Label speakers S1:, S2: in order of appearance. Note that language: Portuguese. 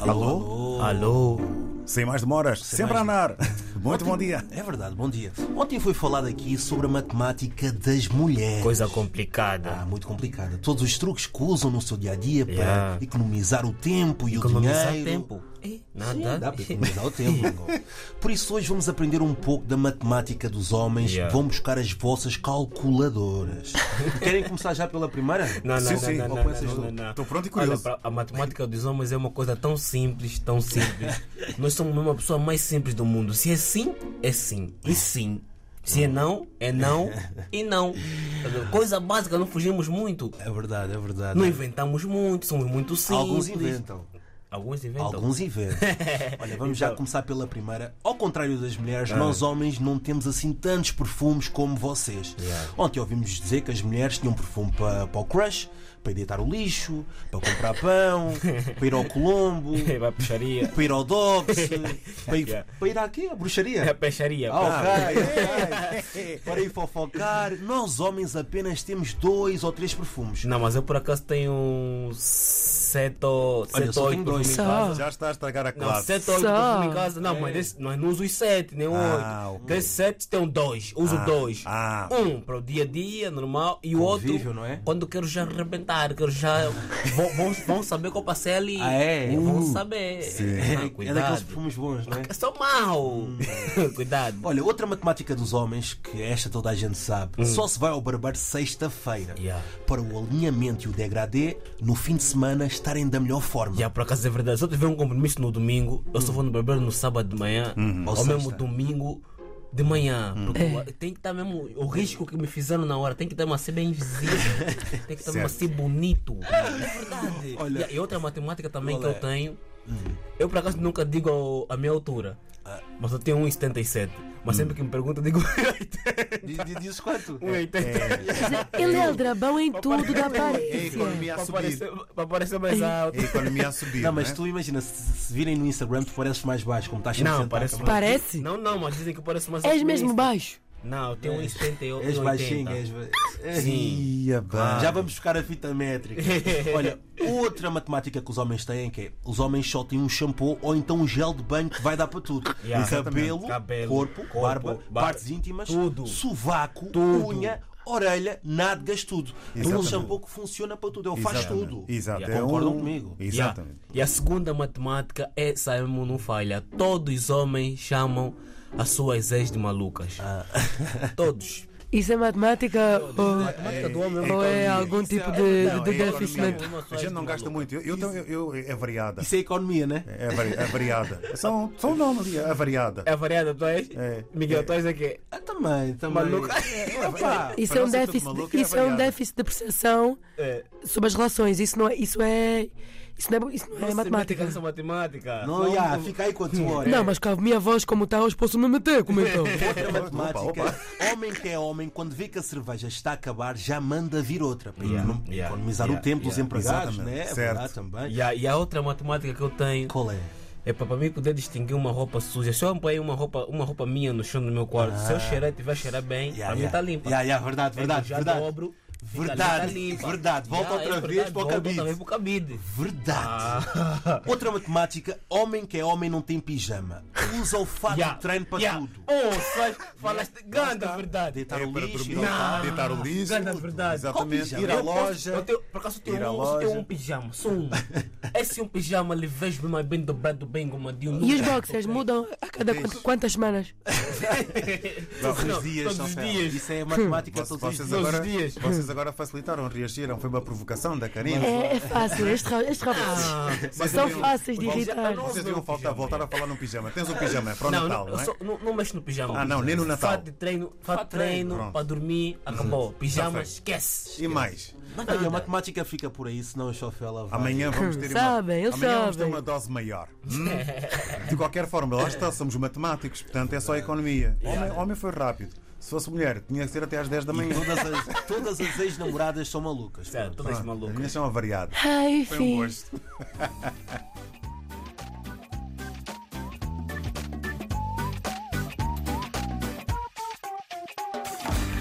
S1: Alô?
S2: Alô?
S1: Sem mais demoras, sempre
S2: mais
S1: a andar. Muito bom dia.
S3: É verdade, bom dia. Ontem foi falado aqui sobre a matemática das mulheres.
S2: Coisa complicada.
S3: Ah, muito complicada. Todos os truques que usam no seu dia a dia para
S2: Yeah.
S3: economizar o tempo e o
S2: Economizar
S3: dinheiro.
S2: tempo.
S3: Sim,
S2: É, Nada.
S3: dá para economizar o tempo. Não. Por isso, hoje vamos aprender um pouco da matemática dos homens.
S2: Yeah.
S3: Vão buscar as vossas calculadoras. Querem começar já pela primeira?
S2: Não, não,
S1: Sim,
S2: não,
S1: sim.
S2: não,
S1: Ou
S2: não,
S1: conheces
S2: não,
S1: tu?
S2: não, não.
S1: Tô pronto e curioso.
S2: Olha, pra- a matemática dos homens é uma coisa tão simples, tão simples. Nós somos mesmo a pessoa mais simples do mundo. Se é sim, é sim. E sim. Se é não, é não e não. Coisa básica, não fugimos muito.
S3: É verdade, é verdade.
S2: Não inventamos muito, somos muito simples.
S3: Alguns inventam.
S2: Alguns inventam.
S3: Alguns inventam. Olha, vamos
S2: Então.
S3: já começar pela primeira. Ao contrário das mulheres,
S2: Ah.
S3: nós homens não temos assim tantos perfumes como vocês. Ontem ouvimos dizer que as mulheres tinham perfume para, para o crush, para ir deitar o lixo, para comprar pão, para ir ao Colombo,
S2: É, Vai à peixaria.
S3: para ir ao Dox, para ir,
S2: Yeah.
S3: para ir aqui à bruxaria.
S2: É a peixaria.
S3: Ah,
S2: pá.
S3: ok. Para ir fofocar, nós homens apenas temos dois ou três perfumes.
S2: Não, mas eu por acaso tenho sete ou
S3: Olha,
S2: sete
S3: só
S2: ou
S3: tenho
S2: oito
S3: dois.
S2: perfumes em
S4: Só.
S2: casa.
S1: Ah. Já está a estragar a
S2: Não,
S1: classe.
S2: sete ou oito
S4: Só.
S2: perfumes em casa. Não,
S3: É.
S2: mas desse- nós não usamos sete, nem um
S1: Ah,
S2: oito.
S1: ok.
S2: Desses sete tenho dois. Uso dois.
S1: ah.
S2: Um para o dia a dia, normal. E o
S3: Convívio,
S2: outro,
S3: não é?
S2: quando quero já arrebentar, quero já. vão, vão- vão saber que eu passei ali.
S3: Ah, é?
S2: Vão
S1: Uh,
S2: saber. Ah,
S3: É, é daqueles Hum.
S2: cuidado.
S3: perfumes bons, não é?
S2: É só mau. cuidado.
S3: Olha, outra matemática dos homens, que esta toda a gente sabe, só se vai ao barbeiro sexta-feira
S2: Hum. Yeah.
S3: para o alinhamento e o degradê no fim de semana estarem da melhor forma.
S2: Já, por acaso é verdade. Se eu tiver um compromisso no domingo, eu só vou no barbeiro no sábado de manhã,
S3: Ou
S2: ou mesmo
S3: sexta.
S2: domingo de manhã. Porque
S4: É.
S2: eu- tem que estar mesmo. O risco que me fizeram na hora tem que estar uma ser bem visível. tem que estar uma
S1: Certo.
S2: ser bonito. É verdade.
S3: Olha-
S2: Já, e outra matemática também
S3: Qual
S2: que eu
S3: é?
S2: tenho. Eu por acaso nunca digo ao- a minha altura. Mas eu tenho 1,77. Mas sempre que me perguntam, eu digo
S3: Diz- diz- Dizes quanto?
S2: 1,80.
S4: Ele é aldrabão em tudo da
S1: É a
S4: aparência.
S1: economia a
S2: Para
S1: subir.
S2: parecer- para parecer mais alto.
S1: É a economia a
S2: Um
S1: subir.
S3: Não,
S2: né?
S3: mas
S1: é?
S3: tu imagina, se, se virem no Instagram, tu pareces mais baixo, como estás sempre
S2: Não,
S3: sentado.
S2: parece
S3: também.
S2: mais.
S4: Parece?
S2: Não, não, mas dizem que parece mais
S4: És
S2: alto
S4: mesmo
S2: mesmo.
S4: baixo.
S2: Não, eu tenho um 78.
S3: És baixinho, és
S2: Sim.
S1: Ia bem.
S3: Já vamos buscar a fita métrica. Olha, outra matemática que os homens têm que é: os homens só têm um shampoo ou então um gel de banho que vai dar para tudo.
S2: Yeah.
S3: Cabelo,
S2: Exatamente. Cabelo,
S3: corpo,
S2: corpo,
S3: barba,
S2: bar-
S3: partes íntimas,
S2: tudo.
S3: sovaco,
S2: Tudo.
S3: unha, orelha, nádegas, tudo. É um
S1: Exatamente.
S3: shampoo que funciona para tudo. Ele faz
S1: Exatamente.
S3: tudo.
S1: Exato.
S2: Yeah.
S1: É
S3: Concordam
S1: um-
S3: comigo?
S1: Exatamente.
S2: E a segunda matemática é, sabemos, não falha. Todos os homens chamam as suas ex de malucas.
S3: Ah.
S2: Todos.
S4: Isso é matemática ou, é
S2: Matemática do homem
S4: ou é algum tipo de,
S1: Não,
S4: de
S1: é
S4: deficiente?
S1: economia. A gente não gasta muito. Eu, eu, tenho- eu- eu- é variada.
S3: Isso é economia, né?
S1: É vari- é variada. São, são nomes, é variada.
S2: É variada, tu és?
S1: É.
S2: Miguel, tu és aqui.
S3: Ah, também, também.
S2: Maluco.
S3: É, opá.
S4: Isso
S1: Para
S4: é
S1: não
S4: um
S1: ser tudo
S4: déficit,
S1: maluco, é
S4: isso é um
S1: variado.
S4: déficit de percepção
S2: É.
S4: sobre as relações. Isso não é, isso é, isso não é, isso não é matemática.
S2: Essa matemática.
S3: Não, já, fica aí com a tua hora.
S4: Não, mas com a minha voz como está, hoje posso me meter, como então?
S3: Outra matemática.
S1: Opa,
S3: Homem que é homem, quando vê que a cerveja está a acabar, já manda vir outra para
S2: Yeah,
S3: econom-
S2: yeah,
S3: economizar
S2: yeah,
S3: o tempo dos
S2: yeah.
S3: empregados,
S1: Exatamente,
S3: né? É
S1: certo.
S3: verdade também.
S2: E a, e a outra matemática que eu tenho
S3: Qual é?
S2: é para mim poder distinguir uma roupa suja. Se eu apanhei uma roupa, uma roupa minha no chão do meu quarto, se eu cheirar e tiver a cheirar bem,
S3: Ah. Yeah,
S2: para mim
S3: yeah.
S2: está limpa. É
S3: Yeah, yeah, verdade, verdade,
S2: já
S3: verdade.
S2: dobro. fica
S3: Verdade,
S2: ali, tá limpa.
S3: verdade. Volta
S2: Yeah,
S3: outra
S2: é
S3: vez para
S2: verdade,
S3: o
S2: volta
S3: cabide.
S2: outra vez para o cabide.
S3: Verdade.
S2: Ah.
S3: Outra matemática. Homem que é homem não tem pijama. Usa o fato
S2: Yeah,
S3: de um treino para
S2: yeah.
S3: tudo.
S2: Oh, só falaste grande verdade.
S3: Deitar
S1: É
S3: o
S1: para
S3: lixo.
S1: dormir,
S3: ir ao
S2: Não.
S3: parque.
S1: deitar o lixo.
S2: Grande verdade.
S1: Exatamente.
S3: Qual
S1: Ir à
S2: Eu posso- Eu
S1: loja.
S2: tenho, por acaso eu
S1: ir
S2: tenho,
S1: à
S2: um, eu tenho
S1: loja.
S2: um pijama, só um. Esse é um pijama, lhe vejo bem mais bem dobrado, bem gomadinho.
S4: E os
S2: nunca
S4: boxers
S2: toquei.
S4: mudam a cada quant- quantas semanas?
S3: Todos
S2: Não,
S3: os dias,
S2: Todos os
S3: Rafael.
S2: dias.
S3: Isso é matemática
S1: Vocês,
S3: todos os
S1: vocês
S3: dias.
S2: Todos os
S1: agora,
S2: dias.
S1: vocês agora facilitaram, reagiram. Foi uma provocação da Karina.
S4: É, é fácil, estes ra- estes rapazes
S2: Ah,
S1: Vocês
S4: são
S1: deviam-
S4: fáceis de irritar.
S1: Vocês deviam faltar, voltar a falar no pijama. Tens um pijama, é para o
S2: Não,
S1: Natal,
S2: não,
S1: não
S2: eu
S1: é?
S2: só- não, não mexo no pijama.
S1: Ah, não, nem no Natal.
S2: Fato de treino, fato de treino,
S1: Pronto.
S2: para dormir, acabou. Pijama,
S1: foi.
S2: esquece.
S1: E mais,
S3: Olha, a matemática fica por aí, senão o chofé ela vai.
S1: amanhã vamos ter
S4: Sabem,
S1: uma,
S4: eles
S1: amanhã vamos ter
S4: sabem.
S1: uma dose maior. Hum? De qualquer forma, lá está, somos matemáticos, portanto é só economia. Homem, homem foi rápido. Se fosse mulher, tinha que ser até às 10 da manhã.
S3: Todas as, todas as ex-namoradas são malucas.
S2: Certo, todas
S1: Pronto, As
S2: malucas.
S1: minhas são avariadas.
S4: Ai,
S1: Foi um
S4: filho.
S1: gosto.